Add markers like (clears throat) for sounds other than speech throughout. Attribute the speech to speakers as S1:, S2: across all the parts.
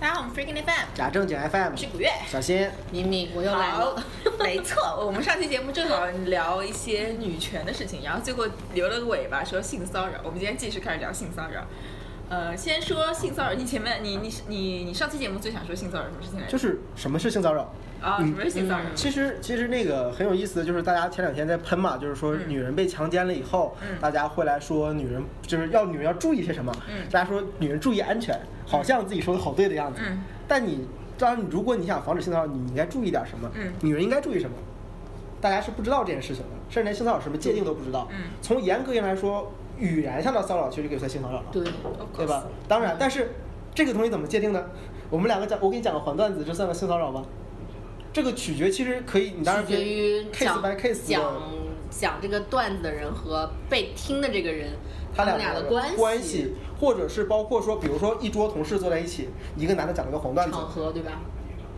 S1: 大家好，我们 Freaking FM，
S2: 假正经 FM，
S1: 我是古月。
S2: 小新，
S3: 明明，我又来
S1: 好
S3: 了。，
S1: 没错，
S3: 我
S1: 我
S3: 们上期节目正好聊一些女权的事情，然后结果留了个尾巴，说性骚扰。我们今天继续开始聊性骚扰。呃，先说性骚扰，你前面你你你你上期节目最想说性骚扰什么事情来着？
S2: 就是什么是性骚扰？
S3: 啊，什么是性骚扰？
S2: 其实其实那个很有意思的就是，大家前两天在喷嘛，就是说
S3: 嗯
S2: 女人被强奸了以后，
S3: 嗯
S2: 大家会来说女人就是要女人要注意些什么，
S3: 嗯
S2: 大家说女人注意安全，好像自己说的好对的样子。
S3: 嗯
S2: 但你当然，如果你想防止性骚扰，你应该注意点什么？
S3: 嗯
S2: 女人应该注意什么？大家是不知道这件事情的，甚至连性骚扰是什么界定都不知道。
S3: 嗯
S2: 从严格意义来说，语言上的骚扰其实就算性骚扰了。
S3: 对，
S2: 对吧？当
S3: 嗯
S2: 然，但是这个东西怎么界定呢？我们两个讲，我给你讲个黄段子，这算个性骚扰吗？这个取决其实可以，你当然
S3: 取
S2: 可
S3: 决于
S2: 以 case
S3: 讲
S2: by case
S3: 讲
S2: 的
S3: 讲这个段子的人和被听的这个人，
S2: 他
S3: 们
S2: 俩
S3: 的
S2: 的
S3: 关
S2: 关系，或者是包括说，比如说一桌同事坐在一起，一个男的讲了个黄段子，
S3: 场合，对吧？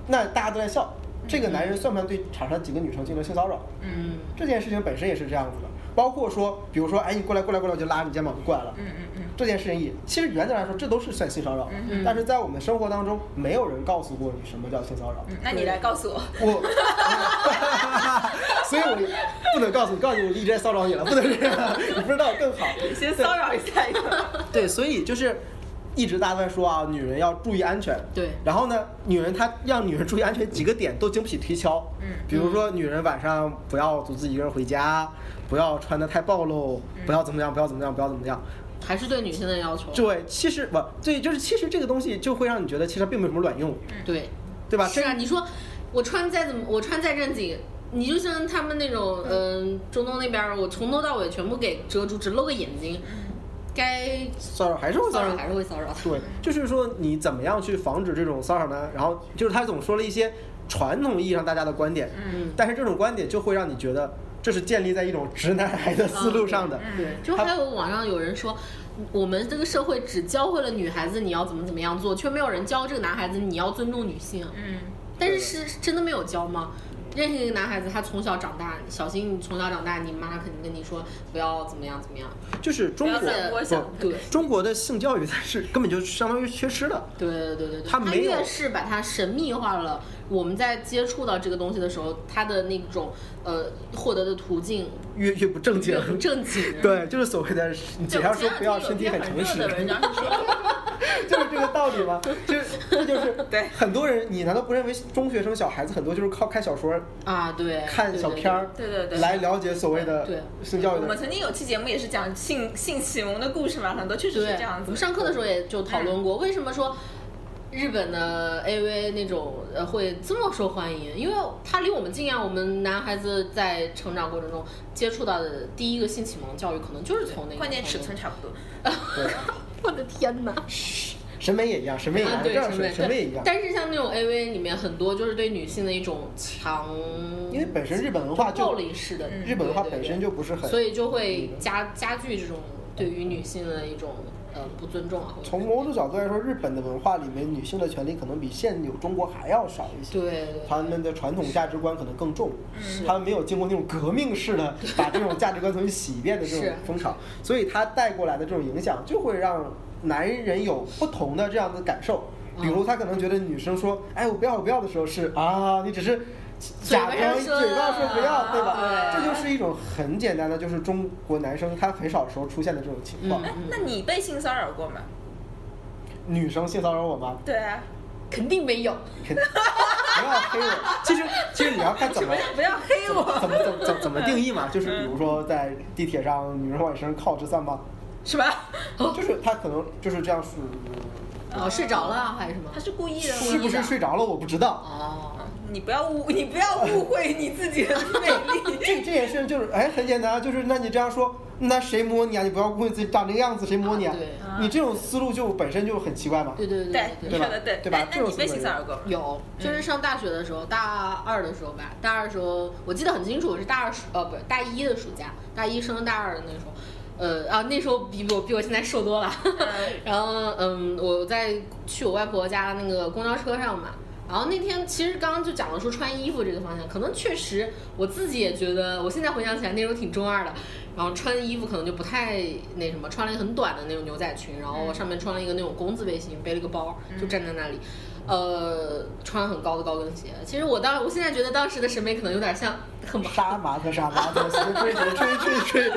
S2: 那大家都在笑，这个男人算不算对场上几个女生进行性骚扰？
S3: 嗯
S2: 这件事情本身也是这样子的，包括说，比如说，哎，你过来，过来，过来，我就拉你肩膀就过来了。
S3: 嗯嗯嗯，
S2: 这件事情也，其实原则来说，这都是算性骚扰，
S3: 嗯
S2: 但是在我们生活当中，没有人告诉过你什么叫性骚扰。
S3: 那你来告诉我。
S2: 我，所以我不能告诉你，告诉你我一直在骚扰你了，不能这样，你不知道更好。
S3: 先骚扰一下一个。
S2: 对，所以就是一直大家都在说啊，女人要注意安全。
S3: 对
S2: 然后呢，女人她让女人注意安全几个点都经不起推敲。
S3: 嗯
S2: 比如说女人晚上不要独自一个人回家，不要穿的太暴露，
S3: 嗯
S2: 不要怎么样，不要怎么样，不要怎么样。
S3: 还是对女性的要求。
S2: 对，其实不，对，就是其实这个东西就会让你觉得其实它并没有什么卵用，
S3: 对，
S2: 对
S3: (laughs)
S2: 吧？
S3: 是啊，
S2: 这
S3: 你说我穿再怎么，我穿再正经，你就像他们那种，嗯、中东那边儿，我从头到尾全部给遮住，只露个眼睛，该
S2: 骚扰还是会
S3: 骚
S2: 骚
S3: 扰
S2: 扰。
S3: 还是会骚扰。
S2: 对，就是说你怎么样去防止这种骚扰呢？然后就是他总说了一些传统意义上大家的观点，
S3: 嗯，
S2: 但是这种观点就会让你觉得这是建立在一种直男癌的思路上的。
S3: 对，嗯就还有网上有人说，我们这个社会只教会了女孩子你要怎么怎么样做，却没有人教这个男孩子你要尊重女性。
S1: 嗯，
S3: 但是是是真的没有教吗？认识一个男孩子，他从小长大，小心你从小长大，你妈肯定跟你说不要怎么样怎么样。
S2: 就是中国
S1: 不要再
S3: 我
S1: 想
S2: 不
S3: 对
S2: 中国的性教育它是根本就相当于缺失的。
S3: 对对对对对，
S2: 他没有
S3: 越是把它神秘化了，我们在接触到这个东西的时候，他的那种呃获得的途径
S2: 越越不正经
S3: 越，不正经。，
S2: 对，就是所谓的嘴上说不要，身体
S1: 很
S2: 很诚实，
S1: 的文章是说，
S2: (laughs) 就是这个道理吗？就是这就是
S1: 对
S2: 很多人，你难道不认为中学生小孩子很多就是靠看小说、
S3: 啊，对，
S2: 看
S3: 对
S2: 小片儿，
S1: 对对对
S2: 来了解所谓
S3: 对
S2: 的性教育
S1: 我
S2: 的
S1: 们曾经有期节目也是讲性性启蒙的故事嘛，很多确
S3: 对
S1: 实
S3: 对
S1: 是
S3: 对
S1: 这样
S3: 我
S1: 子嗯
S3: 们。上课的时候也就讨论过，为什么说日本的 AV 那种呃会这么受欢迎？因为它离我们近啊，我们男孩子在成长过程中接触到的第一个性启蒙教育，可能就是从那个
S1: 关键
S3: 方
S1: 尺
S3: 面
S1: 寸。差不多，
S3: 嗯
S2: 对，
S3: (laughs) 我的天哪！
S2: 审美也一样，审美也一
S3: 啊，
S2: 样，
S3: 对，
S2: 这样
S3: 审
S2: 说
S3: 美
S2: 审美也一样。
S3: 但是像那种 AV 里面很多就是对女性的一种强，
S2: 因为本身日本文化
S3: 暴
S2: 就
S3: 力式
S1: 嗯
S3: 的，
S2: 日本文化
S3: 对对
S2: 本
S3: 对
S2: 身就不是很，
S3: 所以就会加加剧这种对于女性的一种呃不尊重啊。或者
S2: 从某种角度来说，日本的文化里面女性的权利可能比现有中国还要少一些。
S3: 对对对
S2: 他们的传统价值观可能更重，
S3: 是
S2: 他们没有经过那种革命式的把这种价值观重新洗一遍的这种
S3: 是
S2: 风潮，所以他带过来的这种影响就会让男人有不同的这样的感受。
S3: 嗯
S2: 比如他可能觉得女生说“哎，我不要，我不要”的时候是啊，你只是
S3: 嘴
S2: 假
S3: 巴上
S2: 装
S3: 说
S2: 嘴巴说不要，对吧？
S3: 啊
S2: 这就是一种很简单的，就是中国男生他很少时候出现的这种情况
S3: 嗯。
S1: 哎，那你被性骚扰过吗？
S2: 女生性骚扰我吗？
S1: 对啊，
S3: 肯定没有。
S2: 肯 (laughs) 不要黑我。其实其实你要看怎
S3: (laughs)
S2: 么。
S1: 不要黑我，
S2: 怎么怎么怎么怎么定义
S3: 嗯
S2: 嘛？就是比如说在地铁上，女人往你身上靠，这算吗？
S1: 是吧？
S2: 就是她可能就是这样数，
S3: 哦，睡着了还是什么
S1: 他？是故意的吗？
S2: 是不是睡着了我不知道。
S3: 哦，
S1: 你不要误，你不要误会你自己
S3: (laughs)
S1: 的魅力。
S2: 这这件事情就是哎很简单啊，就是那你这样说，那谁摸你啊？你不要问自己长这个样子，谁摸你
S3: 啊对嗯
S2: 你这种思路就本身就很奇怪嘛。
S3: 对对
S1: 对，
S3: 对
S1: 你
S2: 对
S1: 说
S2: 吧
S1: 的对。
S2: 对吧
S1: 哎
S2: 这
S1: 那
S2: 种
S1: 你被
S2: 思维
S1: 性骚扰
S3: (laughs)
S1: 过吗？
S3: 有，就是上大学的时候，大二的时候吧，大二的时候我记得很清楚，我是大二暑呃不是大一的暑假，大一升大二的那时候，呃啊那时候比我比我现在瘦多了，然后嗯我在去我外婆家那个公交车上嘛。然后那天其实刚刚就讲了说穿衣服这个方向，可能确实我自己也觉得，我现在回想起来那时候挺中二的，然后穿的衣服可能就不太那什么，穿了一个很短的那种牛仔裙，然后上面穿了一个那种工字背心，背了一个包，就站在那里。呃，穿很高的高跟鞋。其实我当，我现在觉得当时的审美可能有点像很麻
S2: 杀马特杀马特，随吹随吹吹吹。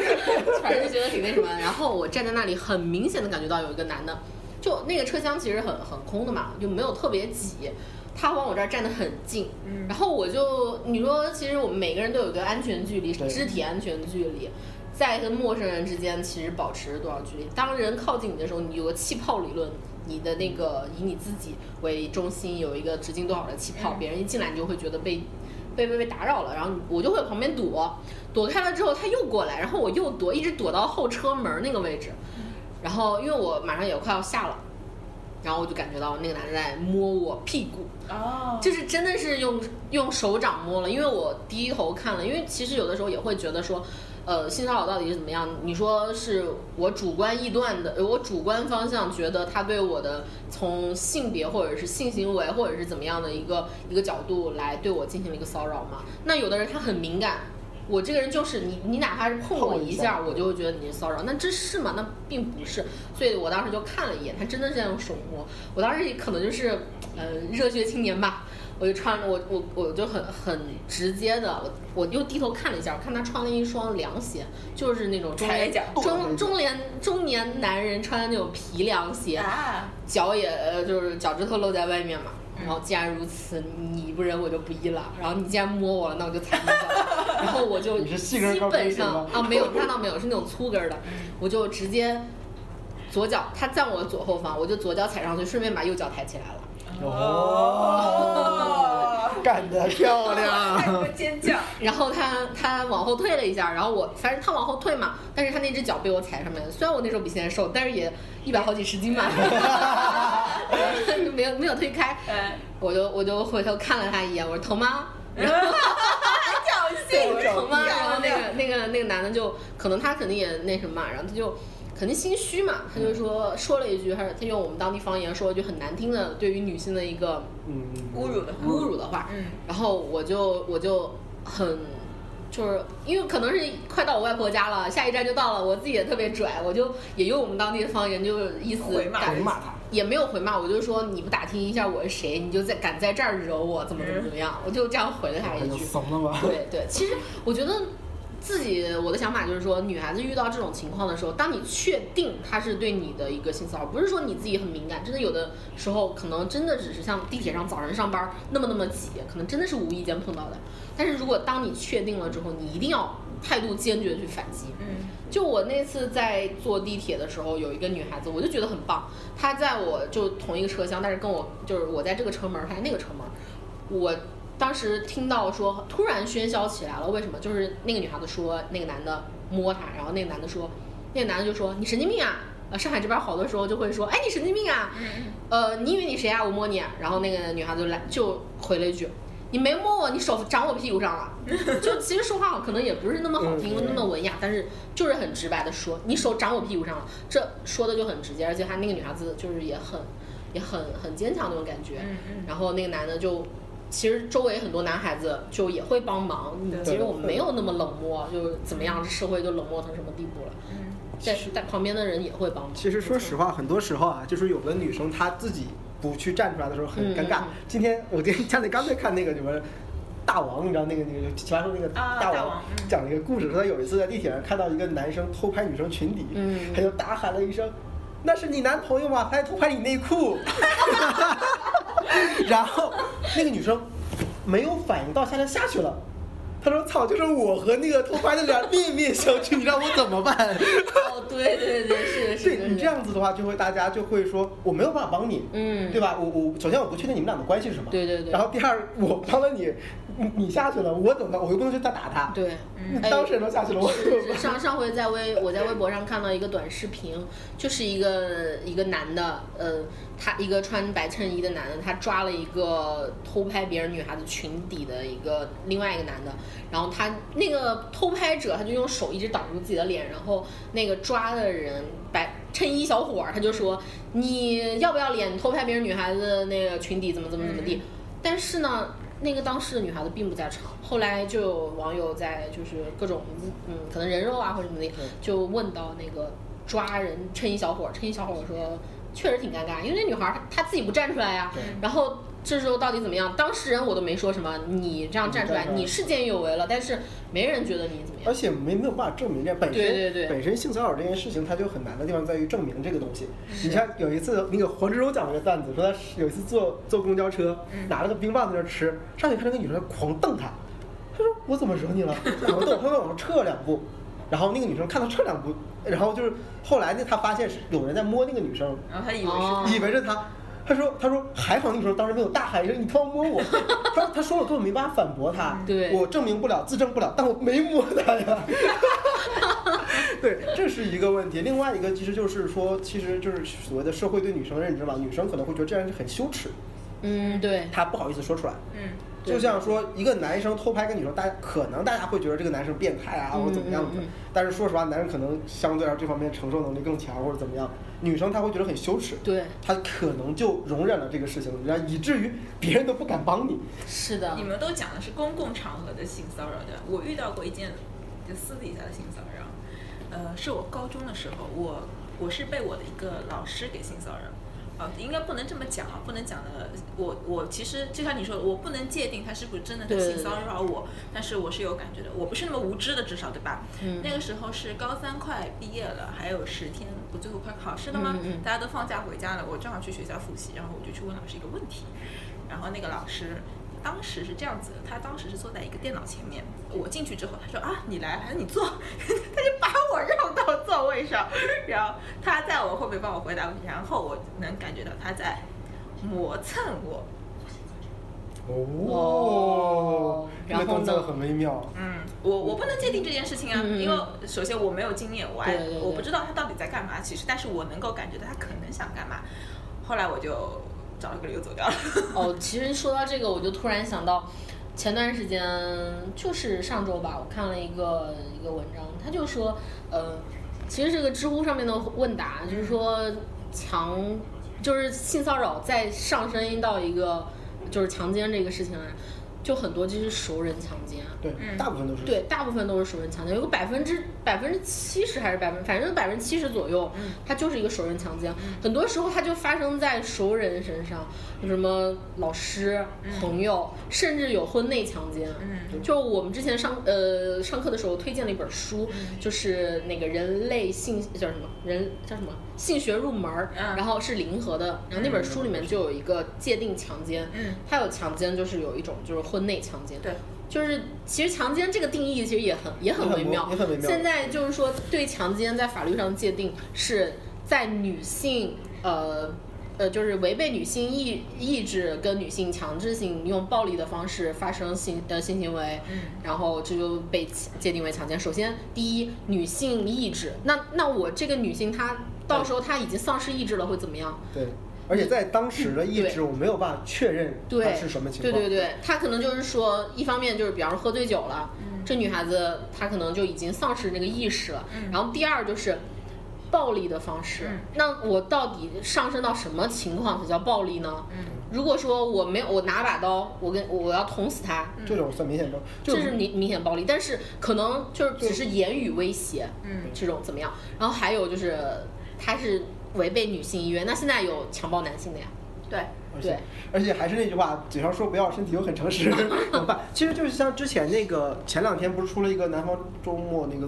S3: (laughs) 反正就觉得挺那什么。然后我站在那里，很明显的感觉到有一个男的，就那个车厢其实很很空的嘛，就没有特别挤。他往我这儿站得很近，
S1: 嗯
S3: 然后我就你说，其实我们每个人都有一个安全距离，
S2: 对
S3: 肢体安全距离，在跟陌生人之间其实保持多少距离？当人靠近你的时候，你有个气泡理论，你的那
S1: 嗯
S3: 个以你自己为中心有一个直径多少的气泡，
S1: 嗯
S3: 别人一进来你就会觉得被被被被打扰了，然后我就会旁边躲，
S1: 嗯
S3: 躲开了之后他又过来，然后我又躲，一直躲到后车门那个位置，
S1: 嗯
S3: 然后因为我马上也快要下了，然后我就感觉到那个男的在摸我屁股，
S1: 哦，
S3: 就是真的是用用手掌摸了，因为我低头看了，因为其实有的时候也会觉得说，呃，性骚扰到底是怎么样？你说是我主观臆断的，呃我主观方向觉得他对我的从性别或者是性行为或者是怎么样的一个一个角度来对我进行了一个骚扰嘛？那有的人他很敏感。我这个人就是你，你哪怕是碰我
S2: 碰一
S3: 一
S2: 下
S3: 下，我就会觉得你是骚扰。那这是吗？那并不是。所以我当时就看了一眼，他真的是在用手摸。我当时也可能就是，呃，热血青年吧，我就穿我我我就很很直接的，我我又低头看了一下，我看他穿了一双凉鞋，就是那种中
S1: 踩
S3: 年
S1: 脚
S3: 中中年中年男人穿的那种皮凉鞋，
S1: 啊，
S3: 脚也呃就是脚趾头露在外面嘛。
S1: 嗯
S3: 然后既然如此，你不仁我就不义了。然后你既然摸我了，那我就踩你脚。然后我就
S2: 你是
S3: 基
S2: 细跟儿高跟
S3: 本
S2: 鞋
S3: 上
S2: 吗
S3: 啊
S2: (laughs)
S3: 没有，那倒没有，是那种粗跟儿的，
S1: 嗯
S3: 我就直接左脚，他在我左后方，我就左脚踩上去，顺便把右脚抬起来了。
S2: 哦，干得漂
S3: (laughs)
S1: 还有
S3: 嗯
S2: 亮！
S1: 个尖叫，
S3: 然后他他往后退了一下，然后我反正他往后退嘛，但是他那只脚被我踩上面了。虽然我那时候比现在瘦，但是也一百好几十
S2: (laughs)
S3: 斤吧，就没有没有推开。
S1: 嗯，
S3: (laughs) 我就我就回头看了他一眼，我说疼吗？
S1: 挑衅，
S3: 哎我说疼吗？然后那
S1: 个
S3: 个那个那个男的就可能他肯定也那什么嘛，然后他就肯定心虚嘛，他就说说了一句，他他用我们当地方言说了一句很难听的对于女性的一个
S2: 嗯，
S1: 侮辱的，
S3: 侮辱的话，
S1: 嗯
S3: 然后我就我就很就是因为可能是快到我外婆家了，下一站就到了，我自己也特别拽，我就也用我们当地的方言，就是意思
S1: 回骂
S3: 敢
S2: 回骂他
S3: 也没有回骂，我就说你不打听一下我是谁，你就在敢在这儿惹我，怎么怎么怎么样，我就这样回了他
S2: 他
S3: 一
S2: 就
S3: 句。
S2: 怂了吧？
S3: 对对，其实我觉得自己我的想法就是说，女孩子遇到这种情况的时候，当你确定她是对你的一个性骚扰，不是说你自己很敏感，真的有的时候可能真的只是像地铁上早晨上班那么那么挤，可能真的是无意间碰到的。但是如果当你确定了之后，你一定要态度坚决去反击。
S1: 嗯，
S3: 就我那次在坐地铁的时候，有一个女孩子，我就觉得很棒。她在我就同一个车厢，但是跟我就是我在这个车门儿，她在那个车门儿。我当时听到说突然喧嚣起来了，为什么？就是那个女孩子说那个男的摸她，然后那个男的说，那个男的就说你神经病啊！呃，上海这边好多时候就会说，哎，你神经病
S1: 嗯
S3: 啊！呃，你以为你谁啊？我摸你、啊。然后那个女孩子就来就回了一句。你没摸我，你手长我屁股上了。 (laughs) 就其实说话可能也不是那么好听，
S2: 嗯
S3: 那么文雅，但是就是很直白的说，你手长我屁股上了，这说的就很直接，而且她那个女孩子就是也很也很很坚强那种感觉。
S1: 嗯嗯
S3: 然后那个男的就，其实周围很多男孩子就也会帮忙，你
S1: 对
S3: 其实我们没有那么冷漠，就是怎么样，这社会就冷漠成什么地步了。
S1: 嗯
S3: 在在旁边的人也会帮忙。
S2: 其实说实话，很多时候啊，就是有的女生她自己不去站出来的时候很尴尬
S3: 嗯嗯。
S2: 今天我今天 (laughs) 家里刚在看那个什么。大王，你知道那个那个奇葩说那个
S1: 啊大
S2: 大王
S1: 王嗯
S2: 讲了一个故事，说他有一次在地铁上看到一个男生偷拍女生裙底，
S3: 嗯
S2: 他就大喊了一声：“那是你男朋友吗？他还偷拍你内裤。” (laughs) 然后那个女生没有反应到下来下去了，她说：“操，就是我和那个偷拍的俩面面相觑，你让我怎么办？”
S3: 哦，对对对，是的，是
S2: 对
S3: 的，
S2: 你
S3: 是
S2: 这
S3: 的
S2: 样子的话，就会大家就会说我没有办法帮你，
S3: 嗯
S2: 对吧？我我首先我不确定你们俩的关系是什么，
S3: 对对对
S2: 然后第二，我帮了你，你你下去了，我怎么办？我又不能去再打他。，
S3: 对。嗯
S2: 你当事人都下去了，我怎么办？
S3: 上上回在微我在微博上看到一个短视频，就是一个一个男的，呃，他一个穿白衬衣的男的，他抓了一个偷拍别人女孩子裙底的一个另外一个男的，然后他那个偷拍者他就用手一直挡住自己的脸，然后那个抓的人白衬衣小伙儿他就说你要不要脸偷拍别人女孩子那个裙底怎么怎么怎么地，但是呢，那个当事的女孩子并不在场。后来就有网友在就是各种嗯，可能人肉啊或者什么的，就问到那个抓人衬衣小伙儿，衬衣小伙儿说确实挺尴尬，因为那女孩儿她她自己不站出来呀、
S2: 对
S3: 然后这时候到底怎么样？当事人我都没说什么，你这样站出
S2: 你
S3: 来，
S2: 站出来
S3: 你是见义勇为了，但是没人觉得你怎么
S2: 而
S3: 样。
S2: 且没没有办法证明这本身
S3: 对对对
S2: 本身性骚扰这件事情，它就很难的地方在于证明这个东西。你像有一次那个黄志忠讲了个段子，说他有一次坐坐公交车，
S3: 嗯
S2: 拿了个冰棒在那吃，上去看那个女生狂瞪他，他说我怎么惹你了？狂瞪，他往后撤两步，然后那个女生看他撤两步，然后就是后来那他发现是有人在摸那个女生，
S1: 然后他以为是
S3: 哦
S2: 以为是他。他说：“他说还好，那个时候当时没有大喊一声，你他妈摸我。 (laughs) 他说他说了，根本没办法反驳他。
S3: 嗯对
S2: 我证明不了，自证不了，但我没摸他呀。 (laughs) 对，这是一个问题。另外一个其实就是说，其实就是所谓的社会对女生的认知吧，女生可能会觉得这样是很羞耻，
S3: 嗯，对，
S2: 她不好意思说出来。
S1: 嗯，
S3: 对
S2: 就像说一个男生偷拍个女生，大家可能大家会觉得这个男生变态啊，
S3: 嗯
S2: 或者怎么样子
S3: 嗯嗯。
S2: 但是说实话，男人可能相对而言这方面承受能力更强，或者怎么样。女生她会觉得很羞耻，
S3: 对
S2: 她可能就容忍了这个事情，然后以至于别人都不敢帮你。
S3: 是的
S1: 你，们都讲的是公共场合的性骚扰对吧？我遇到过一件就私底下的性骚扰，呃，是我高中的时候，我我是被我的一个老师给性骚扰。啊，应该不能这么讲啊，不能讲的。我我其实就像你说的，我不能界定他是不是真的在
S3: 对
S1: 性骚扰我，但是我是有感觉的，我不是那么无知的，至少对吧？
S3: 嗯
S1: 那个时候是高三快毕业了，还有十天，我最后快考试了吗？
S3: 嗯嗯嗯
S1: 大家都放假回家了，我正好去学校复习，然后我就去问老师一个问题，然后那个老师当时是这样子的，他当时是坐在一个电脑前面，我进去之后，他说啊你来，还是你坐， (laughs) 他就把我让到座位上，然后他在我后面帮我回答问题，然后我能感觉到他在磨蹭我，
S3: 哦
S2: 这个动
S3: 然
S2: 作
S3: 后呢
S2: 很微妙。
S1: 嗯，我我不能界定这件事情啊，
S3: 嗯嗯嗯
S1: 因为首先我没有经验，我还
S3: 对对对
S1: 我不知道他到底在干嘛，其实，但是我能够感觉到他可能想干嘛。后来我就找了个理由走掉了。
S3: 哦，其实说到这个，我就突然想到，前段时间就是上周吧，我看了一个一个文章，他就说，呃，其实这个知乎上面的问答，就是说强，就是性骚扰再上升到一个就是强奸这个事情来，就很多就是熟人强奸。啊
S2: 对，
S1: 嗯
S2: 大部分都是。
S3: 对，大部分都是熟人强奸，有个百分之百分之七十还是百分，反正百分之七十左右，它就是一个熟人强奸。
S1: 嗯
S3: 很多时候它就发生在熟人身上，有什么老师、朋友，甚至有婚内强奸。
S1: (laughs) 嗯
S3: 就我们之前上呃上课的时候推荐了一本书，
S1: 嗯
S3: 就是那个人类性叫什么人叫什么性学入门儿，
S1: 嗯
S3: 然后是零和的，然后那本书里面就有一个界定强奸，
S1: 嗯
S3: 它有强奸就是有一种就是婚内强奸，
S1: 对，
S3: 就是其实强奸这个定义其实也很也很微妙，
S2: 也很微妙
S3: 现在就是说对强奸在法律上界定是在女性呃。呃，就是违背女性意意志跟女性强制性用暴力的方式发生性呃性行为，
S1: 嗯
S3: 然后这就被界定为强奸。首先，第一，女性意志，那那我这个女性她到时候她已经丧失意志了，会怎么样？
S2: 对，而且在当时的意志，
S3: 嗯对
S2: 我没有办法确认他
S3: 对，
S2: 是什么情况。
S3: 对对对，他可能就是说，一方面就是比方说喝醉酒了，这女孩子她可能就已经丧失那个意识了。
S1: 嗯
S3: 然后第二就是。暴力的方式，
S1: 嗯
S3: 那我到底上升到什么情况才叫暴力呢？
S1: 嗯
S3: 如果说我没有，我拿把刀，我跟我要捅死他，
S1: 嗯
S2: 这种算明显的，
S3: 嗯这
S2: 种
S3: 是明明显暴力，但是可能就是只是言语威胁，
S1: 嗯
S3: 这种怎么样？然后还有就是，他是违背女性意愿，那现在有强暴男性的呀，
S1: 对，
S2: 而
S3: 对
S2: 且而且还是那句话，嘴上说不要，身体又很诚
S3: (laughs)
S2: 实，怎么办？其实就是像之前那个，前两天不是出了一个南方周末那个。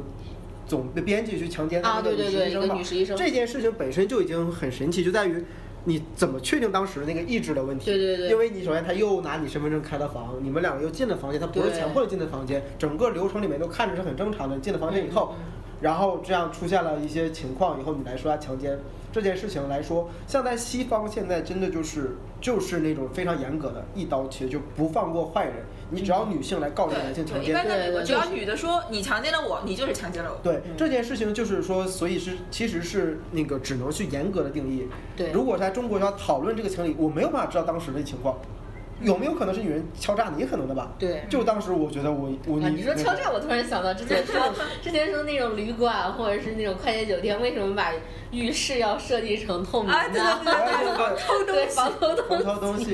S2: 总的编辑去强奸他
S3: 啊
S2: 那个
S3: 对对
S2: 实
S3: 对
S2: 习
S3: 一
S2: 生
S3: 个
S2: 嘛
S3: 女实习生
S2: 这件事情本身就已经很神奇，就在于你怎么确定当时那个意志的问题。
S3: 对对对
S2: 因为你首先他又拿你身份证开的房，你们两个又进了房间，他不是
S3: 对
S2: 强迫你进的房间，整个流程里面都看着是很正常的。进了房间以
S3: 嗯
S2: 后，然后这样出现了一些情况以后，你来说他强奸这件事情来说，像在西方现在真的就是就是那种非常严格的，一刀切，就不放过坏人。你只要女性来告这个男性强
S1: 对，一
S2: 奸
S1: 般，在美
S3: 嗯对
S1: 国，
S3: 对
S1: 只要女的说你强奸了我，你就是强奸了我。
S2: 对
S3: 嗯
S2: 这件事情就是说，所以是其实是那个只能去严格的定义。
S3: 对
S2: 如果在中国要讨论这个情理，我没有办法知道当时的情况。有没有可能是女人敲诈你？也可能的吧。
S3: 对
S2: 就当时我觉得我我
S3: 嗯啊，你说敲诈，
S2: 我
S3: 我突然想到之前说，之前说那种旅馆或者是那种快捷酒店，为什么把浴室要
S1: 啊
S3: (laughs) 设计成透明的？
S1: 啊，对对对对对，
S2: 对
S1: 偷东
S3: 对
S1: 西。
S3: 防偷东
S2: 偷东西，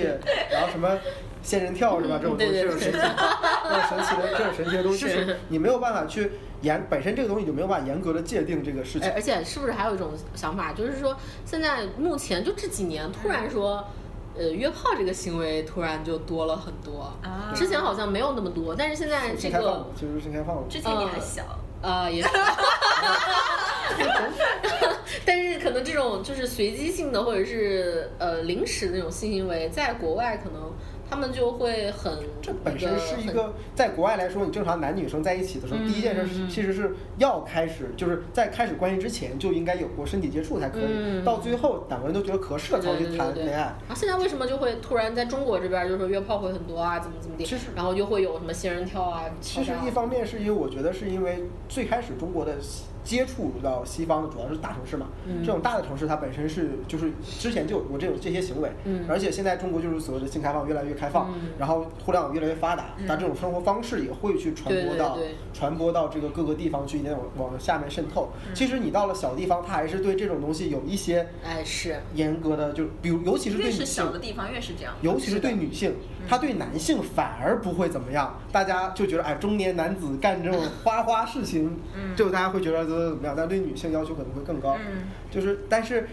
S2: 然后什么仙人跳是吧？这种东西
S3: 嗯对
S2: 这
S3: 对
S2: 种神奇，这种神奇的这种神奇的东西，
S3: (laughs)
S2: 就是你没有办法去严，本身这个东西就没有办法严格的界定这个事情
S3: 而。而且是不是还有一种想法，就是说现在目前就这几年突然说，呃，约炮这个行为突然就多了很多
S1: 啊，
S3: 之前好像没有那么多，但是哎现在这
S2: 新开放
S3: 个
S2: 了，就是新开放了。
S1: 之前你还小，
S3: 呃也是， (laughs) 但是可能这种就是随机性的或者是呃临时的那种性行为，在国外可能他们就会很
S2: 这本身是一
S3: 很
S2: 个，在国外来说，你正常男女生在一起的时候，
S3: 嗯
S2: 第一件事
S3: 嗯
S2: 是
S3: 嗯
S2: 其实是要开始，就是在开始关系之前就应该有过身体接触才可以。
S3: 嗯
S2: 到最后两个人都觉得合适了，才
S3: 对
S2: 会
S3: 对
S2: 去
S3: 对
S2: 谈
S3: 对
S2: 恋爱。
S3: 然后现在为什么就会突然在中国这边就是说约炮会很多啊，怎么怎么地
S2: 其实，
S3: 然后又会有什么仙人跳啊？
S2: 其实
S3: 跳
S2: 一
S3: 蚤啊
S2: 方面是因为我觉得是因为最开始中国的接触到西方的主要是大城市嘛，
S3: 嗯
S2: 这种大的城市它本身是就是之前就有过这种这些行为，
S3: 嗯
S2: 而且现在中国就是所谓的性开放越来越开放，
S3: 嗯
S2: 然后互联网越来越发达，它这种生活方式也会去传播到
S3: 对对对
S2: 传播到这个各个地方去，往往下面渗透。
S3: 嗯
S2: 其实你到了小地方，它还是对这种东西有一些
S3: 哎是，
S2: 严格的，就比如尤其是对
S1: 越
S2: 女
S1: 是
S2: 性。
S1: 小的地方越是嗯这样。
S2: 尤其是对女性，她对男性反而不会怎么样，大家就觉得哎，中年男子干这种花花事情，就大家会觉得怎呃么怎么样，但对女性要求可能会更高。
S1: 嗯
S2: 就是，但是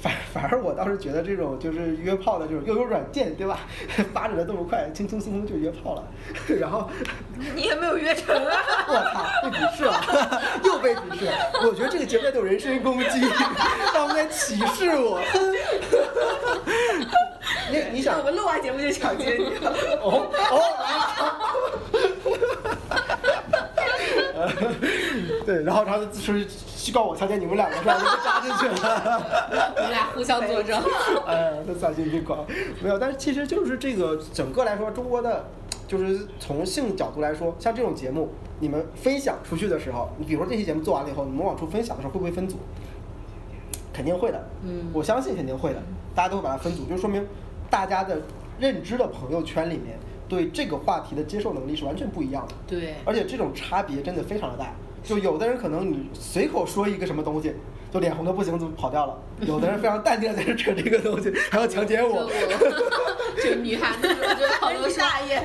S2: 反 (laughs) 反而我倒是觉得这种就是约炮的这种又有软件对吧， (laughs) 发展的这么快，轻轻松松就约炮了， (laughs) 然后
S1: (laughs) 你也没有约成啊。 (laughs)
S2: (laughs) 我操，被鄙视了，又被鄙视了。我觉得这个节目在对我人身攻击，他们在歧视我。你你想
S1: 我，们录完节目就抢劫你了。
S2: 哦哦， (laughs) 对，然后他就是去告我强奸你们两个，是吧？我就扎进去了。
S3: 我们俩互相作证。
S2: (laughs) 哎，这丧心病狂，没有。但是其实就是这个整个来说，中国的，就是从性角度来说，像这种节目，你们分享出去的时候，你比如说这期节目做完了以后，你们往出分享的时候，会不会分组？肯定会的，
S3: 嗯
S2: 我相信肯定会的，大家都会把它分组，就说明大家的认知的朋友圈里面对这个话题的接受能力是完全不一样的。
S3: (laughs) 对，
S2: 而且这种差别真的非常的大。就有的人可能你随口说一个什么东西，就脸红的不行，就跑掉了；有的人非常淡定的在这扯这个东西，还要强奸
S3: 就
S2: 我。
S3: 我 (laughs) 就女孩子，我就好多
S1: 大爷，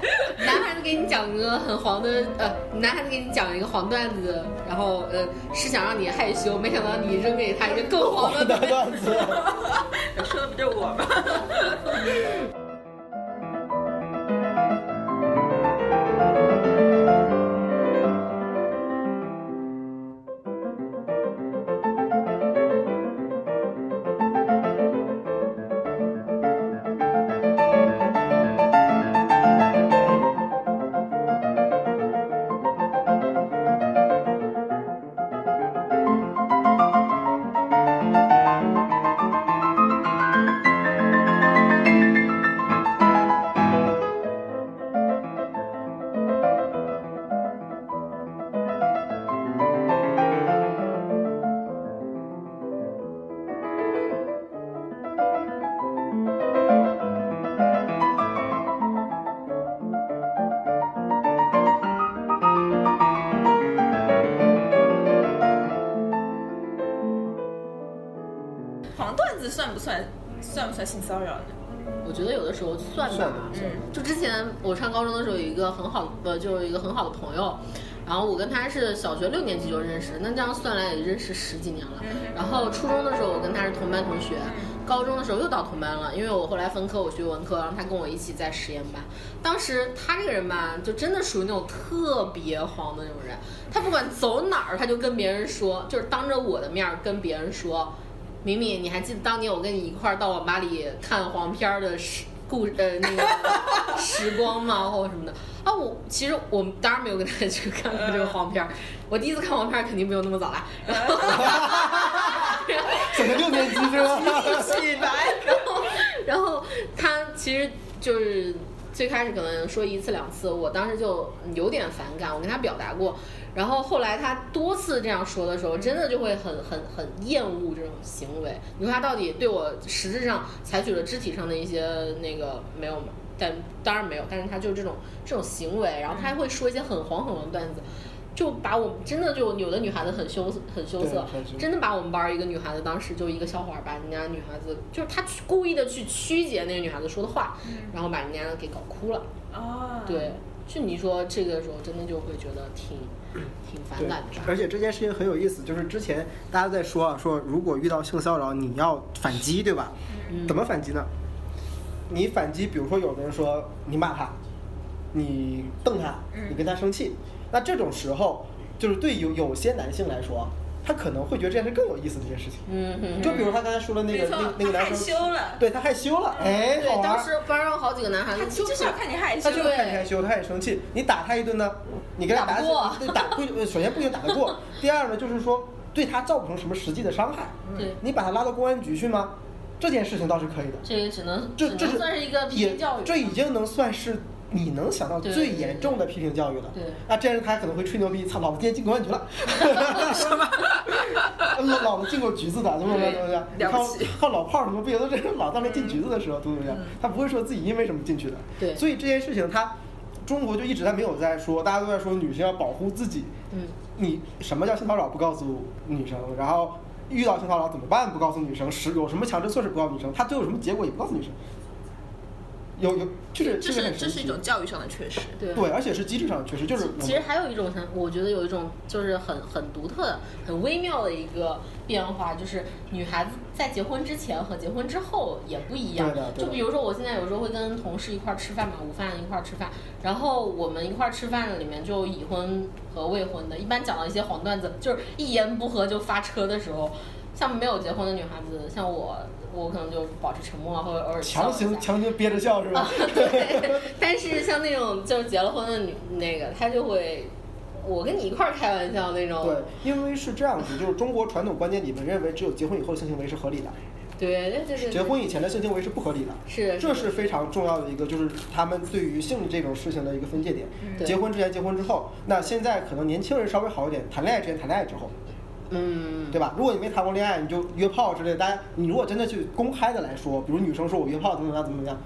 S3: 男孩子给你讲个很黄的，呃，男孩子给你讲一个黄段子，然后呃是想让你害羞，没想到你扔给他一个更黄的
S2: 大段子，
S1: 说的不就是我吗？黄段子算不算算不算性骚扰呢？
S3: 我觉得有的时候算吧，
S2: 算吧
S1: 嗯
S3: 就之前我上高中的时候，有一个很好的，就是一个很好的朋友，然后我跟他是小学六年级就认识，那这样算来也认识十几年了。然后初中的时候我跟他是同班同学，高中的时候又到同班了，因为我后来分科，我学文科，然后他跟我一起在实验班。当时他这个人吧，就真的属于那种特别黄的那种人，他不管走哪儿，他就跟别人说，就是当着我的面儿跟别人说。敏敏，你还记得当年我跟你一块儿到网吧里看黄片儿的时故呃那个时光吗，或者什么的啊？我其实我当然没有跟他去看过这个黄片儿，我第一次看黄片儿肯定没有那么早啦。然后，然后
S2: 整个六年级啊是吧？
S1: 洗白，
S3: 然后他其实就是最开始可能说一次两次，我当时就有点反感，我跟他表达过。然后后来他多次这样说的时候，真的就会很很很厌恶这种行为。你说他到底对我实质上采取了肢体上的一些那个没有吗？但当然没有，但是他就是这种这种行为，然后他还会说一些很黄很黄的段子。就把我们真的就有的女孩子很羞很羞
S2: 对
S3: 涩
S2: 很羞，涩
S3: 真的把我们班儿一个女孩子当时就一个小伙儿把人家女孩子就是他去故意的去曲解那个女孩子说的话，
S1: 嗯
S3: 然后把人家给搞哭了。
S1: 哦，
S3: 对，就你说这个时候真的就会觉得挺挺反
S2: 对
S3: 感的，吧？
S2: 而且这件事情很有意思，就是之前大家在说啊，说如果遇到性骚扰，你要反击，对吧？
S3: 嗯
S2: 怎么反击呢？你反击，比如说有的人说你骂他，你瞪他，
S1: 嗯
S2: 你跟他生气，那这种时候，就是对有有些男性来说，啊他可能会觉得这件事更有意思这件事情。
S3: 嗯哼。
S2: 就比如他刚才说的那
S1: 没
S2: 个
S1: 错
S2: 那那个男
S1: 他害
S2: 生，
S1: 羞了嗯
S2: 对他害羞了，哎，好
S3: 对，
S2: 玩
S3: 当
S2: 儿。
S3: 时班上好几个男孩
S1: 他
S3: 子就
S1: 就是要
S3: 很
S1: 看你害羞
S2: 他，就是很害羞，他也生气。你打他一顿呢，你跟他
S3: 打
S2: 打
S3: 不过
S2: 对打不，呃首先不一定打得
S3: (laughs)
S2: 过，第二呢就是说对他造不成什么实际的伤害。
S3: 对
S2: 你把他拉到公安局去吗？这件事情倒是可以的，
S3: 这个只能
S2: 这
S3: 只
S2: 这
S3: 能
S2: 是
S3: 算是一个批
S2: 也
S3: 评教育，啊
S2: 这已经能算是你能想到
S3: 对
S2: 最严重的批评教育了。
S3: 对
S2: 那这样他可能会吹牛逼，操，老子今天进公安局
S3: (laughs)
S2: 了，什么？老老子进过局子的，怎么怎么样怎么样？你
S1: 对
S2: 看
S1: 了不起
S2: 看老炮儿什么不行，都是老当年进局子的时候，怎么怎么样？他不会说自己因为什么进去的。
S3: 嗯对
S2: 所以这件事情他。中国就一直在没有在说，大家都在说女性要保护自己，
S3: 嗯，
S2: 你什么叫性骚扰不告诉女生，然后遇到性骚扰怎么办不告诉女生，是有什么强制措施不告诉女生，他最后有什么结果也不告诉女生，有有就是
S1: 这
S2: 个
S1: 是
S2: 很
S1: 这
S2: 神
S1: 是一
S2: 奇
S1: 种，教育上的缺失。
S3: 对
S2: 对，而且是机制上的缺失，就是我们
S3: 其实还有一种很，我觉得有一种就是很很独特的、很微妙的一个变化，就是女孩子在结婚之前和结婚之后也不一样
S2: 对的。对的
S3: 就比如说，我现在有时候会跟同事一块儿吃饭嘛，午饭一块儿吃饭，然后我们一块儿吃饭里面就已婚和未婚的，一般讲到一些黄段子，就是一言不合就发车的时候。像没有结婚的女孩子，像我，我可能就保持沉默啊，或者偶尔笑
S2: 强
S3: 一下
S2: 行强行憋着笑
S1: (laughs)
S2: 是吧？
S3: (laughs) 但是像那种就是结了婚的女那个，她就会，我跟你一块儿开玩笑那种。
S2: 对，因为是这样子，就是中国传统观念里面认为只有结婚以后的性行为是合理的，
S3: 对对对对
S2: 结
S3: 对，
S2: 婚以前的性行为是不合理的。
S3: 是
S2: 这是非常重要的一个，就是他们对于性这种事情的一个分界点。
S3: 对
S2: 结婚之前，结婚之后。那现在可能年轻人稍微好一点，谈恋爱之前，谈恋爱之后，
S3: 嗯，
S2: 对吧？如果你没谈过恋爱，你就约炮之类的，大家你如果真的去公开的来说，比如女生说我约炮怎么怎么样怎么怎么样，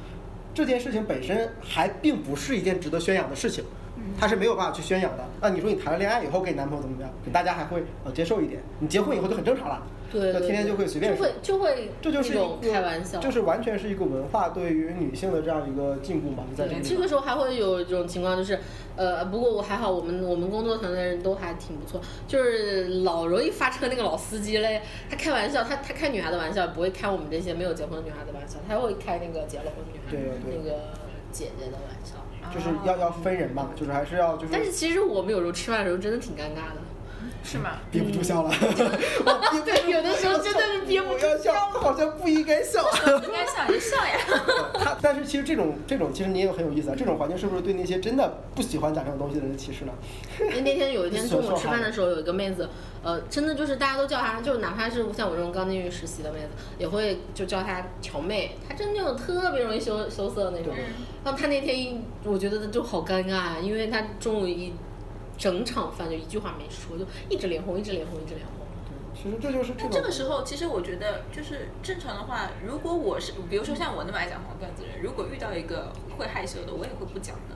S2: 这件事情本身还并不是一件值得宣扬的事情，
S3: 嗯
S2: 它是没有办法去宣扬的。那你说你谈了恋爱以后给你男朋友怎么怎么样，可能大家还会呃接受一点。你结婚以后就很正常了，
S3: 对对
S2: 那
S3: 对，
S2: 天天就会随便
S3: 就
S2: 说
S3: 会。就会
S2: 这就是
S3: 那
S2: 一
S3: 种
S2: 个
S3: 开玩笑，
S2: 就是完全是一个文化对于女性的这样一个禁锢嘛，就在这
S3: 对，
S2: 个地
S3: 这
S2: 方
S3: 个时候还会有一种情况，就是，呃，不过我还好，我们我们工作团队的人都还挺不错，就是老容易发车那个老司机嘞，他开玩笑，他他开女孩的玩笑，不会开我们这些没有结婚的女孩的玩笑，他会开那个结了婚的女孩，
S2: 对对
S3: 那个姐姐的玩笑。
S2: 就是要要分人嘛，就是还是要就是
S3: 但是其实我们有时候吃饭的时候真的挺尴尬的，
S1: 是吗？
S2: 憋不住笑了， (laughs) 我憋不
S3: 嗯 (laughs) 对，有的时候真的是憋不
S2: 我
S3: 住
S2: 要笑，好像不应该笑。 (laughs)
S1: 应该笑就笑呀。
S2: 他，但是其实这种这种其实你也很有意思啊，这种环境是不是对那些真的不喜欢讲这种东西的人歧视呢？
S3: 因为那天有一天中午
S2: (laughs)
S3: 吃饭的时候，有一个妹子，呃，真的就是大家都叫她，就是哪怕是像我这种刚进去实习的妹子，也会就叫她乔妹，她真的就特别容易羞羞涩那种
S2: 对。
S3: 然后她那天一，我觉得就好尴尬啊，因为她中午一整场饭就一句话没说，就一直脸红，一直脸红，一直脸红。
S2: 其实这就是这
S1: 那
S2: 种。
S1: 这个时候，其实我觉得就是正常的话，如果我是，比如说像我那么爱讲黄段子的人，如果遇到一个会害羞的，我也会不讲的。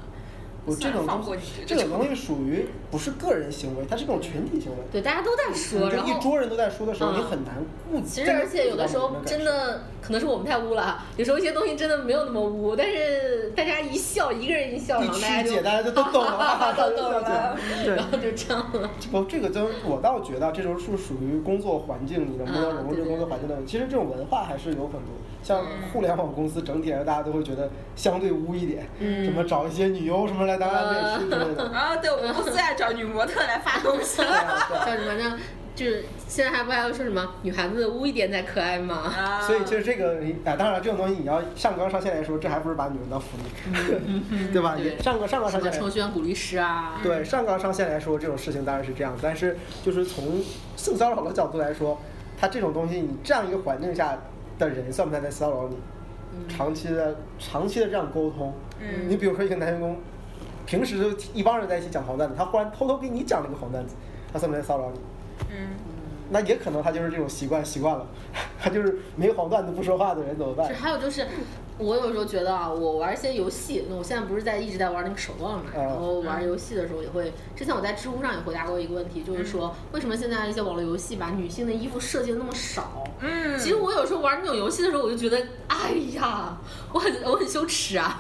S2: 我这种
S1: 算放
S2: 东
S1: 过
S2: 西
S1: 你，
S2: 这
S1: 个
S2: 种东西属于不是个人行为，它是一种群体行为。
S3: 对，大家都在
S2: 你
S3: 说，
S2: 这
S3: 然
S2: 嗯一
S3: 后。
S2: 桌人都在说的时候，
S3: 嗯
S2: 你很难顾及。
S3: 其实，而且有的时候真
S2: 顾及到每个人感受。
S3: 的可能是我们太污了啊，有时候一些东西真的没有那么污，但是大家一笑，一个人一笑，然
S2: 一
S3: 后大家
S2: 曲
S3: 就
S2: 解，大家就都懂了，哈哈
S3: 都懂了，
S2: 对
S3: (laughs) 然，后就这样了。
S2: 不，这个真我倒觉得这就是属于工作环境，你能
S3: 啊
S2: 不能融入这个工作环境的问题。其实这种文化还是有很多，像
S3: 嗯
S2: 互联网公司整体来说，大家都会觉得相对污一点，
S3: 嗯
S2: 什么找一些女优什么来当安慰师之类
S3: (laughs)
S2: 的。
S1: 啊，对，我们公司爱找女模特来发东西
S3: 叫什么呢？就是现在还不还要说什么女孩子污一点才可爱吗？
S1: 啊，
S2: 所以其实这个啊，当然这种东西你要上纲上线来说，这还不是把女人当福利， (laughs) 对吧？
S3: 对
S2: 也上纲上纲
S3: 嗯什
S2: 上线
S3: 么
S2: 来
S3: 程序员鼓律师啊？
S2: 对上纲上线来说，这种事情当然是这样，但是就是从性骚扰的角度来说，它这种东西，你这样一个环境下的人算不算在骚扰你？长期的、长期的这样沟通，
S1: 嗯
S2: 你比如说一个男员工，平时就一帮人在一起讲黄段子，他忽然偷偷给你讲了一个黄段子，他算不算在骚扰你？
S1: 嗯，
S2: 那也 (laughs) 可能他就是这种习惯习惯了，他就是没黄段子不说话的人怎么办
S3: 是，？还有就是，我有时候觉得啊，我玩一些游戏，那我现在不是在一直在玩那个守望嘛，
S2: 嗯
S3: 然后玩游戏的时候也会，之前我在知乎上也回答过一个问题，就是
S2: 嗯
S3: 说为什么现在一些网络游戏把女性的衣服设计的那么少？
S1: 嗯
S3: 其实我有时候玩那种游戏的时候，我就觉得，哎呀，我很我很羞耻啊，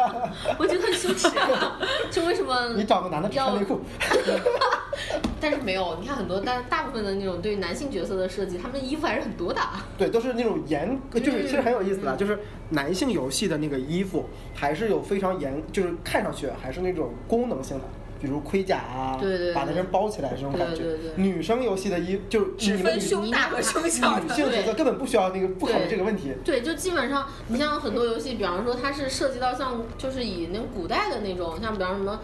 S3: (laughs) 我觉得很羞耻啊，就为什么
S2: (laughs) 你找个男的只穿内裤，
S3: 但是没有，你看很多大大部分的那种对于男性角色的设计，他们衣服还是很多的。啊
S2: 对，都是那种严，
S3: 嗯
S2: 就是其实很有意思的，就是男性游戏的那个衣服还是有非常严，就是看上去还是那种功能性的。比如盔甲啊，
S3: 对对对
S2: 把男人包起来这种感觉。
S3: 对对对
S2: 女生游戏的衣就是
S1: 只
S2: 你们
S1: 分
S2: 女
S1: 胸大和胸小
S2: 女性
S1: 的，
S2: 角色根本不需要那个不考虑这个问题。
S3: 对，就基本上，你像很多游戏，比方说它是涉及到像就是以那古代的那种，像比方什么。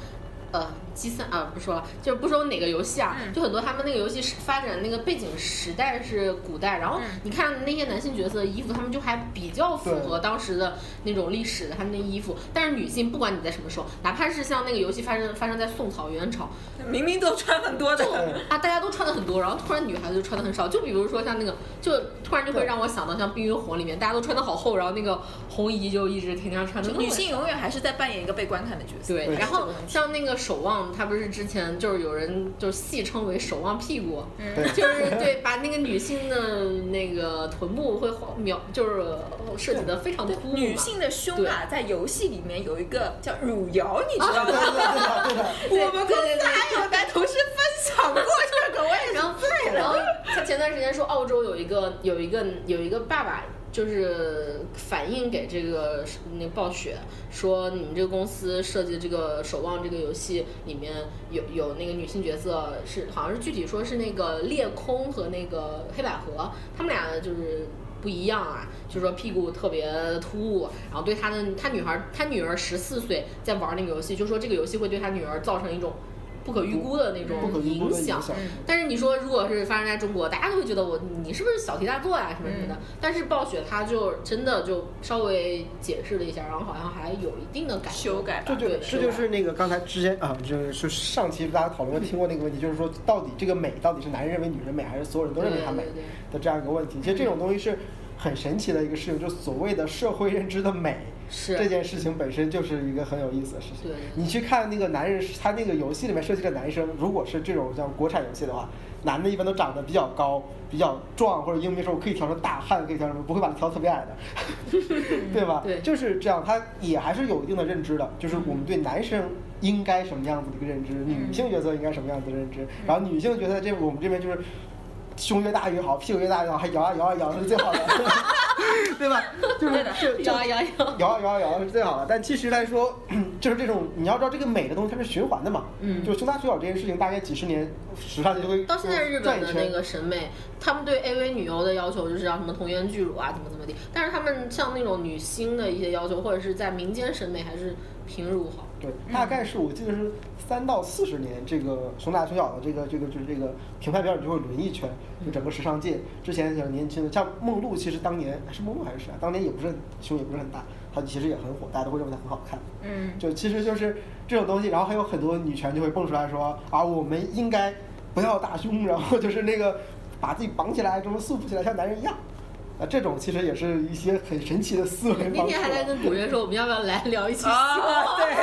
S3: 呃，G 三啊，不说了，就是不说哪个游戏啊，
S1: 嗯
S3: 就很多他们那个游戏是发展那个背景时代是古代，然后
S1: 嗯
S3: 你看那些男性角色的衣服，他们就还比较符合当时的那种历史的他们的衣服，但是女性不管你在什么时候，哪怕是像那个游戏发生发生在宋朝、元朝，
S1: 明明都穿很多的。
S2: 对
S3: 啊，大家都穿的很多，然后突然女孩子就穿的很少。就比如说像那个，就突然就会
S2: 对
S3: 让我想到像《冰与火》里面，大家都穿的好厚，然后那个红姨就一直天天穿的
S1: 就女性永远还是在扮演一个被观看的角色。
S3: 对，
S2: 对
S3: 然后像那个守望，他不是之前就是有人就戏称为“守望屁股”，
S1: 嗯
S2: 对
S3: 就是对把那个女性的那个臀部会描，就是设计的非常突兀嘛。
S1: 女性的胸啊，在游戏里面有一个叫汝窑，你知道
S2: 对
S1: 吗？
S2: 对对啊对对。
S1: (laughs) 我们公司还有男同事分享过这个，我
S2: (laughs)
S1: 也
S3: 然后对，然后他前段时间说澳洲有一个有一个有一个爸爸。就是反映给这个那个暴雪说，你们这个公司设计这个《守望》这个游戏里面有有那个女性角色是，好像是具体说是那个裂空和那个黑百合，他们俩就是不一样啊，就是说屁股特别突兀，然后对他的他女孩他女儿十四岁在玩那个游戏，就说这个游戏会对他女儿造成一种不可预估的那种
S2: 不可预估的影响
S3: 但是你说如果是发生在中国，大家都会觉得我你是不是小题大做呀、什么什么的。
S1: 嗯
S3: 但是暴雪他就真的就稍微解释了一下，然后好像还有一定的改动
S1: 修。改吧
S2: 这。就
S3: 对
S2: 这
S3: 是
S2: 就
S3: 吧
S2: 是那个刚才之前啊，就是就是上期大家讨论过听过那个问题，就是说到底这个美到底是男人认为女人美，还是所有人都认为她美
S3: 对对
S2: 的这样一个问题。其实这种东西是很神奇的一个事情，就所谓的社会认知的美。
S3: 是
S2: 这件事情本身就是一个很有意思的事情
S3: 对对对。
S2: 你去看那个男人，他那个游戏里面设计的男生，如果是这种像国产游戏的话，男的一般都长得比较高、比较壮，或者英文说我可以调成大汉，可以调成不会把你调特别矮的，对吧？
S3: 对
S2: 就是这样，他也还是有一定的认知的，就是我们对男生。应该什么样子的一个认知，女性角色应该什么样子的认知，然后女性角色这我们这边就是胸越大越好，屁股越大越好，还摇啊摇啊摇是最好的，对吧？就是这
S3: 对，
S2: 这
S3: 摇摇摇， (laughs)
S2: 摇啊摇啊摇啊是最好的，但其实来说， (clears throat) 就是这种你要知道这个美的东西它是循环的嘛，
S3: 嗯
S2: 就胸大胸小这件事情，大概几十年时尚界就会
S3: 到现在日本
S2: 转
S3: 的
S2: 一
S3: 那
S2: 圈
S3: 个审美，他们对 AV 女优的要求就是要什么童颜巨乳啊，怎么怎么地。但是他们像那种女星的一些要求，或者是在民间审美还是平乳好。
S2: 对，大概是我记得是三到四十年，这个胸大胸小的这个这个就是这个评判标准就会轮一圈，就整个时尚界。之前像年轻的，像梦露，其实当年是梦露还是谁啊？当年也不是很胸也不是很大，她其实也很火，大家都会认为她很好看。
S1: 嗯，
S2: (laughs) 就其实就是这种东西，然后还有很多女权就会蹦出来说啊，我们应该不要大胸，然后就是那个把自己绑起来，这么束缚起来，像男人一样。啊，这种其实也是一些很神奇的思维方式啊。
S3: 那天还在跟古月说，我们要不要来聊一期？
S1: 啊，对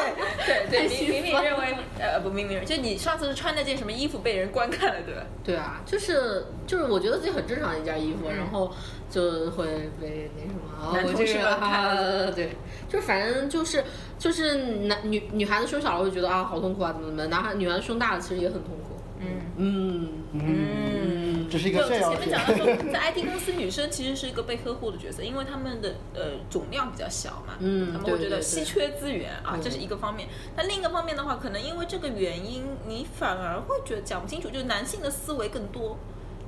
S1: 对对，明明明认为呃不明明，就你上次是穿那件什么衣服被人观看了，对吧？
S3: 对啊，就是就是，我觉得自己很正常的一件衣服，
S1: 嗯
S3: 然后就会被那什么，啊
S1: 男
S3: 我
S1: 同
S3: 这
S1: 事
S3: 个
S1: 们看
S3: 啊，对，就反正就是就是男女女孩子胸小了会觉得啊好痛苦啊怎么怎么，男孩女孩子胸大了其实也很痛苦，
S1: 嗯
S3: 嗯，
S1: 嗯。
S2: 嗯，这是一
S1: 对，
S2: 个
S1: 我
S2: 炫
S1: 们
S2: 耀
S1: 前面
S2: 学
S1: 讲到说，在 IT 公司，女生其实是一个被呵护的角色，因为她们的呃总量比较小嘛，
S3: 嗯
S1: 他们
S3: 对
S1: 会觉
S3: 对对
S1: 得稀缺资源啊
S3: 嗯，
S1: 这是一个方面。但另一个方面的话，可能因为这个原因，你反而会觉得讲不清楚，就是男性的思维更多，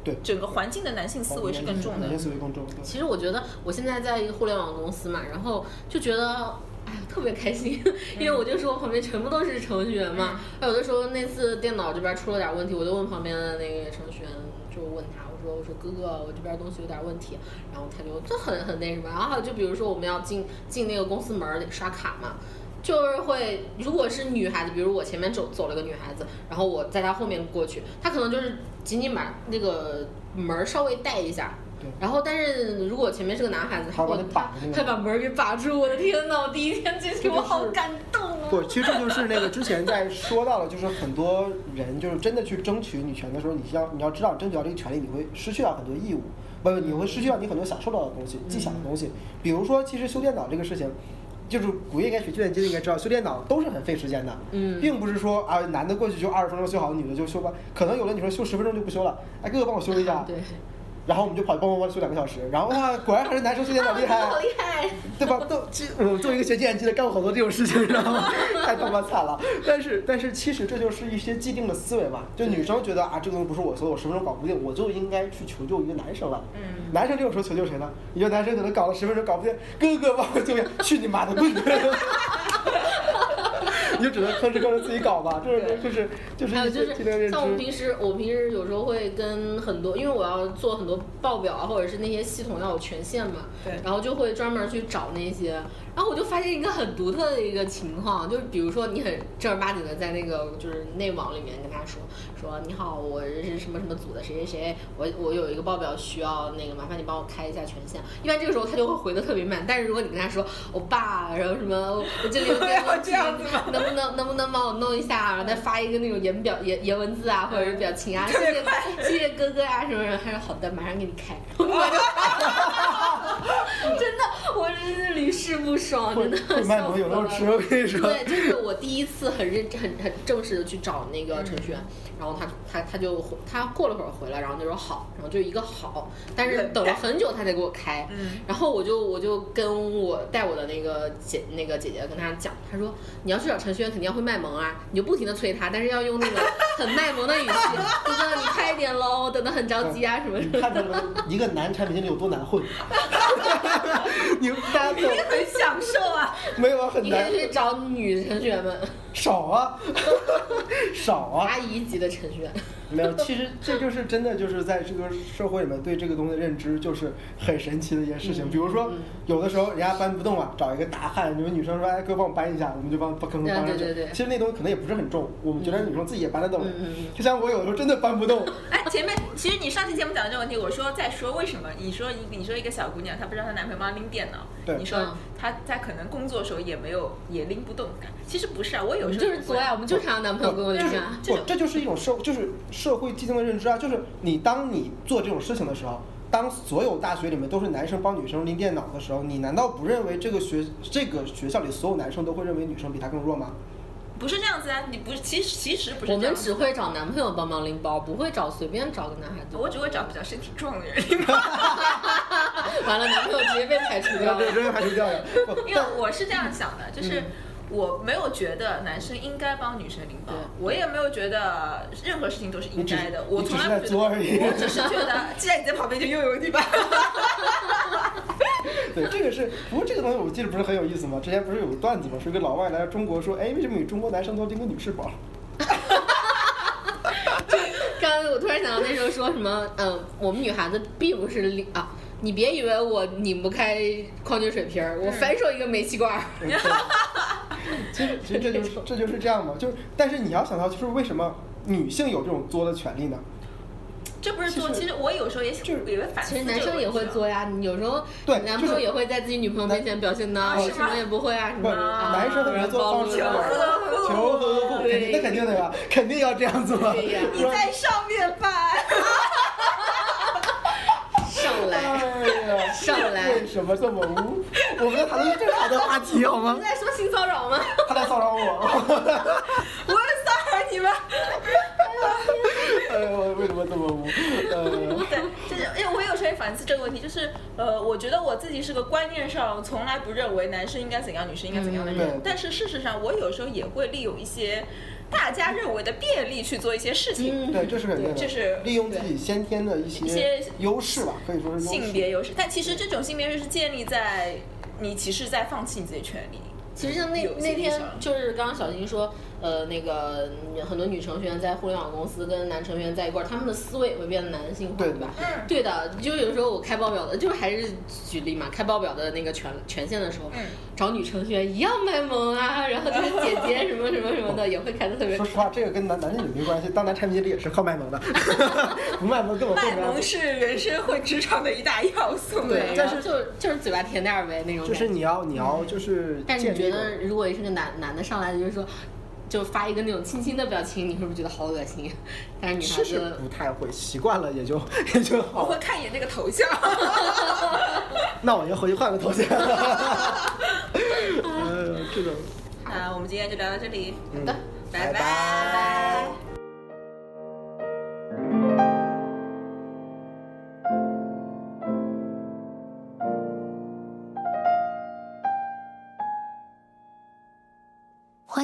S2: 对
S1: 整个环境的男性思维是更重
S2: (laughs)
S1: 的
S2: 男。性思维更重。对
S3: 其实我觉得我现在在一个互联网公司嘛，然后就觉得。哎呀，特别开心， (laughs) 因为我就说我旁边全部都是程序员嘛。哎那有的时候那次电脑这边出了点问题，我就问旁边的那个程序员，就问他，我说我说哥哥，我这边东西有点问题，然后他就这很很那什么。然后还有就比如说我们要进进那个公司门儿得刷卡嘛，就是会，如果是女孩子，比如我前面走走了个女孩子，然后我在她后面过去，她可能就是仅仅把那个门儿稍微带一下，
S2: 对
S3: 然后，但是如果前面是个男孩子，
S2: 他
S3: 他
S2: 把
S3: 会
S2: 你绑着那
S3: 他
S2: 个
S3: 他把门儿给把住，我的天呐，我第一天进
S2: 这
S3: 去，
S2: 就是
S3: 我好感动啊！
S2: 不，其实这就是那个之前在说到了，就是很多人就是真的去争取女权的时候，你要你要知道，争取到这个权利，你会失去到很多义务，不，你会失去到你很多享受到的东
S3: 嗯
S2: 西，既享的东西。比如说，其实修电脑这个事情，就是古业应该学计算机的应该知道，修电脑都是很费时间的，
S3: 嗯
S2: 并不是说啊男的过去就二十分钟修好，女的就修吧，可能有的女生修十分钟就不修了，哎哥哥帮我修一下，
S3: 啊对，
S2: 然后我们就跑去帮帮帮修两个小时，然后哇，果然还是男生修电脑厉害，
S3: (laughs) 好厉害！
S2: 对吧？都这我作为一个学计算机的，干过好多这种事情，你知道吗？太他妈惨了。但是但是，其实这就是一些既定的思维嘛。就女生觉得啊，这个东西不是我说的，我十分钟搞不定，我就应该去求救一个男生了。
S1: 嗯，
S2: 男生这种时候求救谁呢？你说男生可能搞了十分钟搞不定，哥哥帮我救一下，去你妈的滚！ (laughs) 你就只能吭哧吭哧自己搞吧，这是就是就是
S3: 还有
S2: 一
S3: 就
S2: 些既定
S3: 是，
S2: 认
S3: 像我
S2: 知。
S3: 平时，我平时有时候会跟很多，因为我要做很多报表啊，或者是那些系统要有权限嘛，
S1: 对
S3: 然后就会专门去找那些，然后我就发现一个很独特的一个情况，就是比如说你很正儿八经的在那个就是内网里面跟他说说你好，我是什么什么组的谁谁谁，我我有一个报表需要那个麻烦你帮我开一下权限，一般这个时候他就会回的特别慢，但是如果你跟他说欧巴，然后什么我这里有点问
S1: 这
S3: 题
S1: 样子 (laughs) 吗，
S3: 能不能能不能帮我弄一下，然后再发一个那种言表言言文字啊，或者是表
S1: (laughs)
S3: 情啊，谢
S1: 别
S3: 谢谢谢哥哥啊什么什么，他说好的，马上给你开，我就真的我真是屡试不爽，
S2: 会
S3: 真的
S2: 会卖
S3: 笑
S2: 萌
S3: 死
S2: 有肉
S3: 了
S2: 吃，我跟你说。
S3: 对，这是我第一次很认很很正式的去找那个程序员，然后他他他就回他过了会儿回来，然后就说好，然后就一个好，但是等了很久他才给我开，
S1: 嗯 (laughs)
S3: 然后我就我就跟我带我的那个姐那个姐姐跟她讲，她说你要去找程序员肯定要会卖萌啊，你就不停的催他，但是要用那个很卖萌的语气，哥哥你快一点喽，我等的很着急啊什么什
S2: 你
S3: 么。
S2: 看出来了吗一个男产品经理有多难混？ (laughs) 你们大家
S1: 一定
S2: 懂
S1: 很享受啊！
S2: 没有啊？很
S3: 你可
S2: 难
S3: 以去找女程序员们，
S2: 少啊， (laughs) 少啊，
S3: 阿姨级的程序员。
S2: 没有。其实这就是真的，就是在这个社会里面对这个东西的认知，就是很神奇的一件事
S3: 嗯
S2: 情。比如说，有的时候人家搬不动啊，找一个大汉，你们女生说：“哎，哥，帮我搬一下。”我们就帮帮坑
S3: 对
S2: 帮上去
S3: 嗯对对。对
S2: 其实那东西可能也不是很重，我们觉得女生自己也搬得动
S3: 嗯嗯嗯。
S2: 就像我有的时候真的搬不动，
S1: 哎，前面其实你上期节目讲的这个问题，我说在说为什么？你说一你说一个小姑娘，她不知道她男朋友帮她拎电脑，
S2: 对
S1: 你说
S3: 嗯
S1: 她在可能工作的时候也没有也拎不动，其实不是啊，我有
S3: 我
S1: 时
S3: 们
S1: 候
S3: 就
S1: 也
S3: 是
S1: 会
S3: 作呀，我们就想让男朋友跟我啊
S1: 就
S3: 连
S1: 是
S3: 线。
S1: 这
S2: 不
S1: 种，
S2: 这就是一种社，就是社会既定的认知啊，就是你当你做这种事情的时候，当所有大学里面都是男生帮女生拎电脑的时候，你难道不认为这个学这个学校里所有男生都会认为女生比他更弱吗？
S1: 不是这样子啊，你不是其实其实不是
S3: 我
S1: 这样
S3: 们
S1: 子
S3: 只会找男朋友帮忙拎包，不会找随便找个男孩子。
S1: 我只会找比较身体壮的人， (laughs)
S2: (laughs)
S3: 啊完了，男朋友直接被排除 (laughs) 掉
S2: 这
S3: 了。
S2: 真的排除掉的。不
S1: 因为我是这样想的，就是。
S2: 嗯
S1: 我没有觉得男生应该帮女生拎包
S3: 对，
S1: 我也没有觉得任何事情都是应该的，
S2: 你只
S1: 我
S2: 你
S1: 从
S2: 只是
S1: 来
S2: 在
S1: 不觉
S2: 作而已
S1: 得，我只是觉得，既然你在旁边，就拥有你吧。
S2: 对，这个是，不过这个东西我记得不是很有意思吗？之前不是有个段子吗？是一个老外来中国说，哎，为什么你中国男生都拎个女士
S3: (laughs)
S2: 包？
S3: 刚刚我突然想到那时候说什么，嗯，我们女孩子并不是拎啊，你别以为我拧不开矿泉水瓶儿，我反手一个煤气罐儿。
S2: 对其实其实这就是这就是这样嘛，就是但是你要想到，就是为什么女性有这种作的权利呢？
S1: 这不是作，
S2: 其实
S1: 其实我有时候也想
S2: 就是
S1: 也会反思
S3: (laughs) 其实男生也会
S1: (laughs)
S3: 作
S1: 呀，
S3: 呀，你有时候
S2: 对
S3: 你男朋友也会在自己女朋友面前表现的，
S1: 啊
S3: 我
S1: 是
S3: 什
S1: 吗
S3: 么也不会啊，什
S2: 不，
S3: 么啊
S2: 男生很难做方式
S1: 求呵护
S2: 求呵护，肯定那肯定的呀，肯定要这样做。
S3: 对呀
S1: 你在上面吧。
S3: 上
S2: 哎
S3: 来。
S2: 呀，
S3: 上来
S2: (laughs) 为什么这么污？我们在谈论正常的话题好吗
S3: 你？在说性骚扰吗？
S2: 他在骚扰我，
S1: 我要骚扰你们。
S2: (laughs) 哎呦，为什么这么污？
S1: (laughs)
S2: 呃，
S1: 对，就是因为我有时候也反思这个问题，就是呃，我觉得我自己是个观念上从来不认为男生应该怎样，女生应该怎样的人，
S2: 嗯对
S1: 但是事实上，我有时候也会利用一些大家认为的便利去做一些事情。
S3: 嗯
S2: 对，这是肯定的，
S1: 就是
S2: 利用自己先天的一
S1: 一
S2: 些
S1: 些
S2: 优势吧，可以说是优势
S1: 性别优势，但其实这种性别优势是建立在你其实在放弃你自己的权利，
S3: 其实像那
S1: 有些
S3: 那天
S1: 影响
S3: 就是刚刚小新说，呃，那个很多女程序员在互联网公司跟男程序员在一块儿，他们的思维也会变得男性化，
S2: 对
S3: 对吧？
S1: 嗯
S3: 对的，就有时候我开报表的，就是还是举例嘛，开报表的那个权权限的时候，
S1: 嗯
S3: 找女程序员一样卖萌啊， (laughs) 然后就是姐姐什么什么什么的，也会开的特别
S2: 说。实话，这个跟男男女没关系，当男产品经理也是靠卖萌的， (laughs) 不卖萌根本混
S1: 卖
S2: 不了
S1: 萌。是人生会职场的一大要素。啊
S3: 对，
S2: 但
S3: 然
S2: 是
S3: 后就就是嘴巴甜点儿呗那种感觉。
S2: 就是你要你要就是
S3: 但是
S2: 建
S3: 你
S2: 立
S3: 觉
S2: 一种，
S3: 得，如果是个男男的上来就是说，就发一个那种亲亲的表情，你会不会觉得好恶心？ (laughs) 但是女
S2: 其
S3: 孩
S2: 实
S3: 子
S2: 不太会，习惯了也就 (laughs) 也就
S1: 我
S2: 好
S1: 会
S2: 了。
S1: 看一眼这个头像，
S2: 那我就回去换个
S1: (laughs)
S2: 头像。呃，这个，
S1: 那我们今天就聊到这里，
S2: 嗯
S3: 的，
S1: 拜
S2: 拜拜
S4: 欢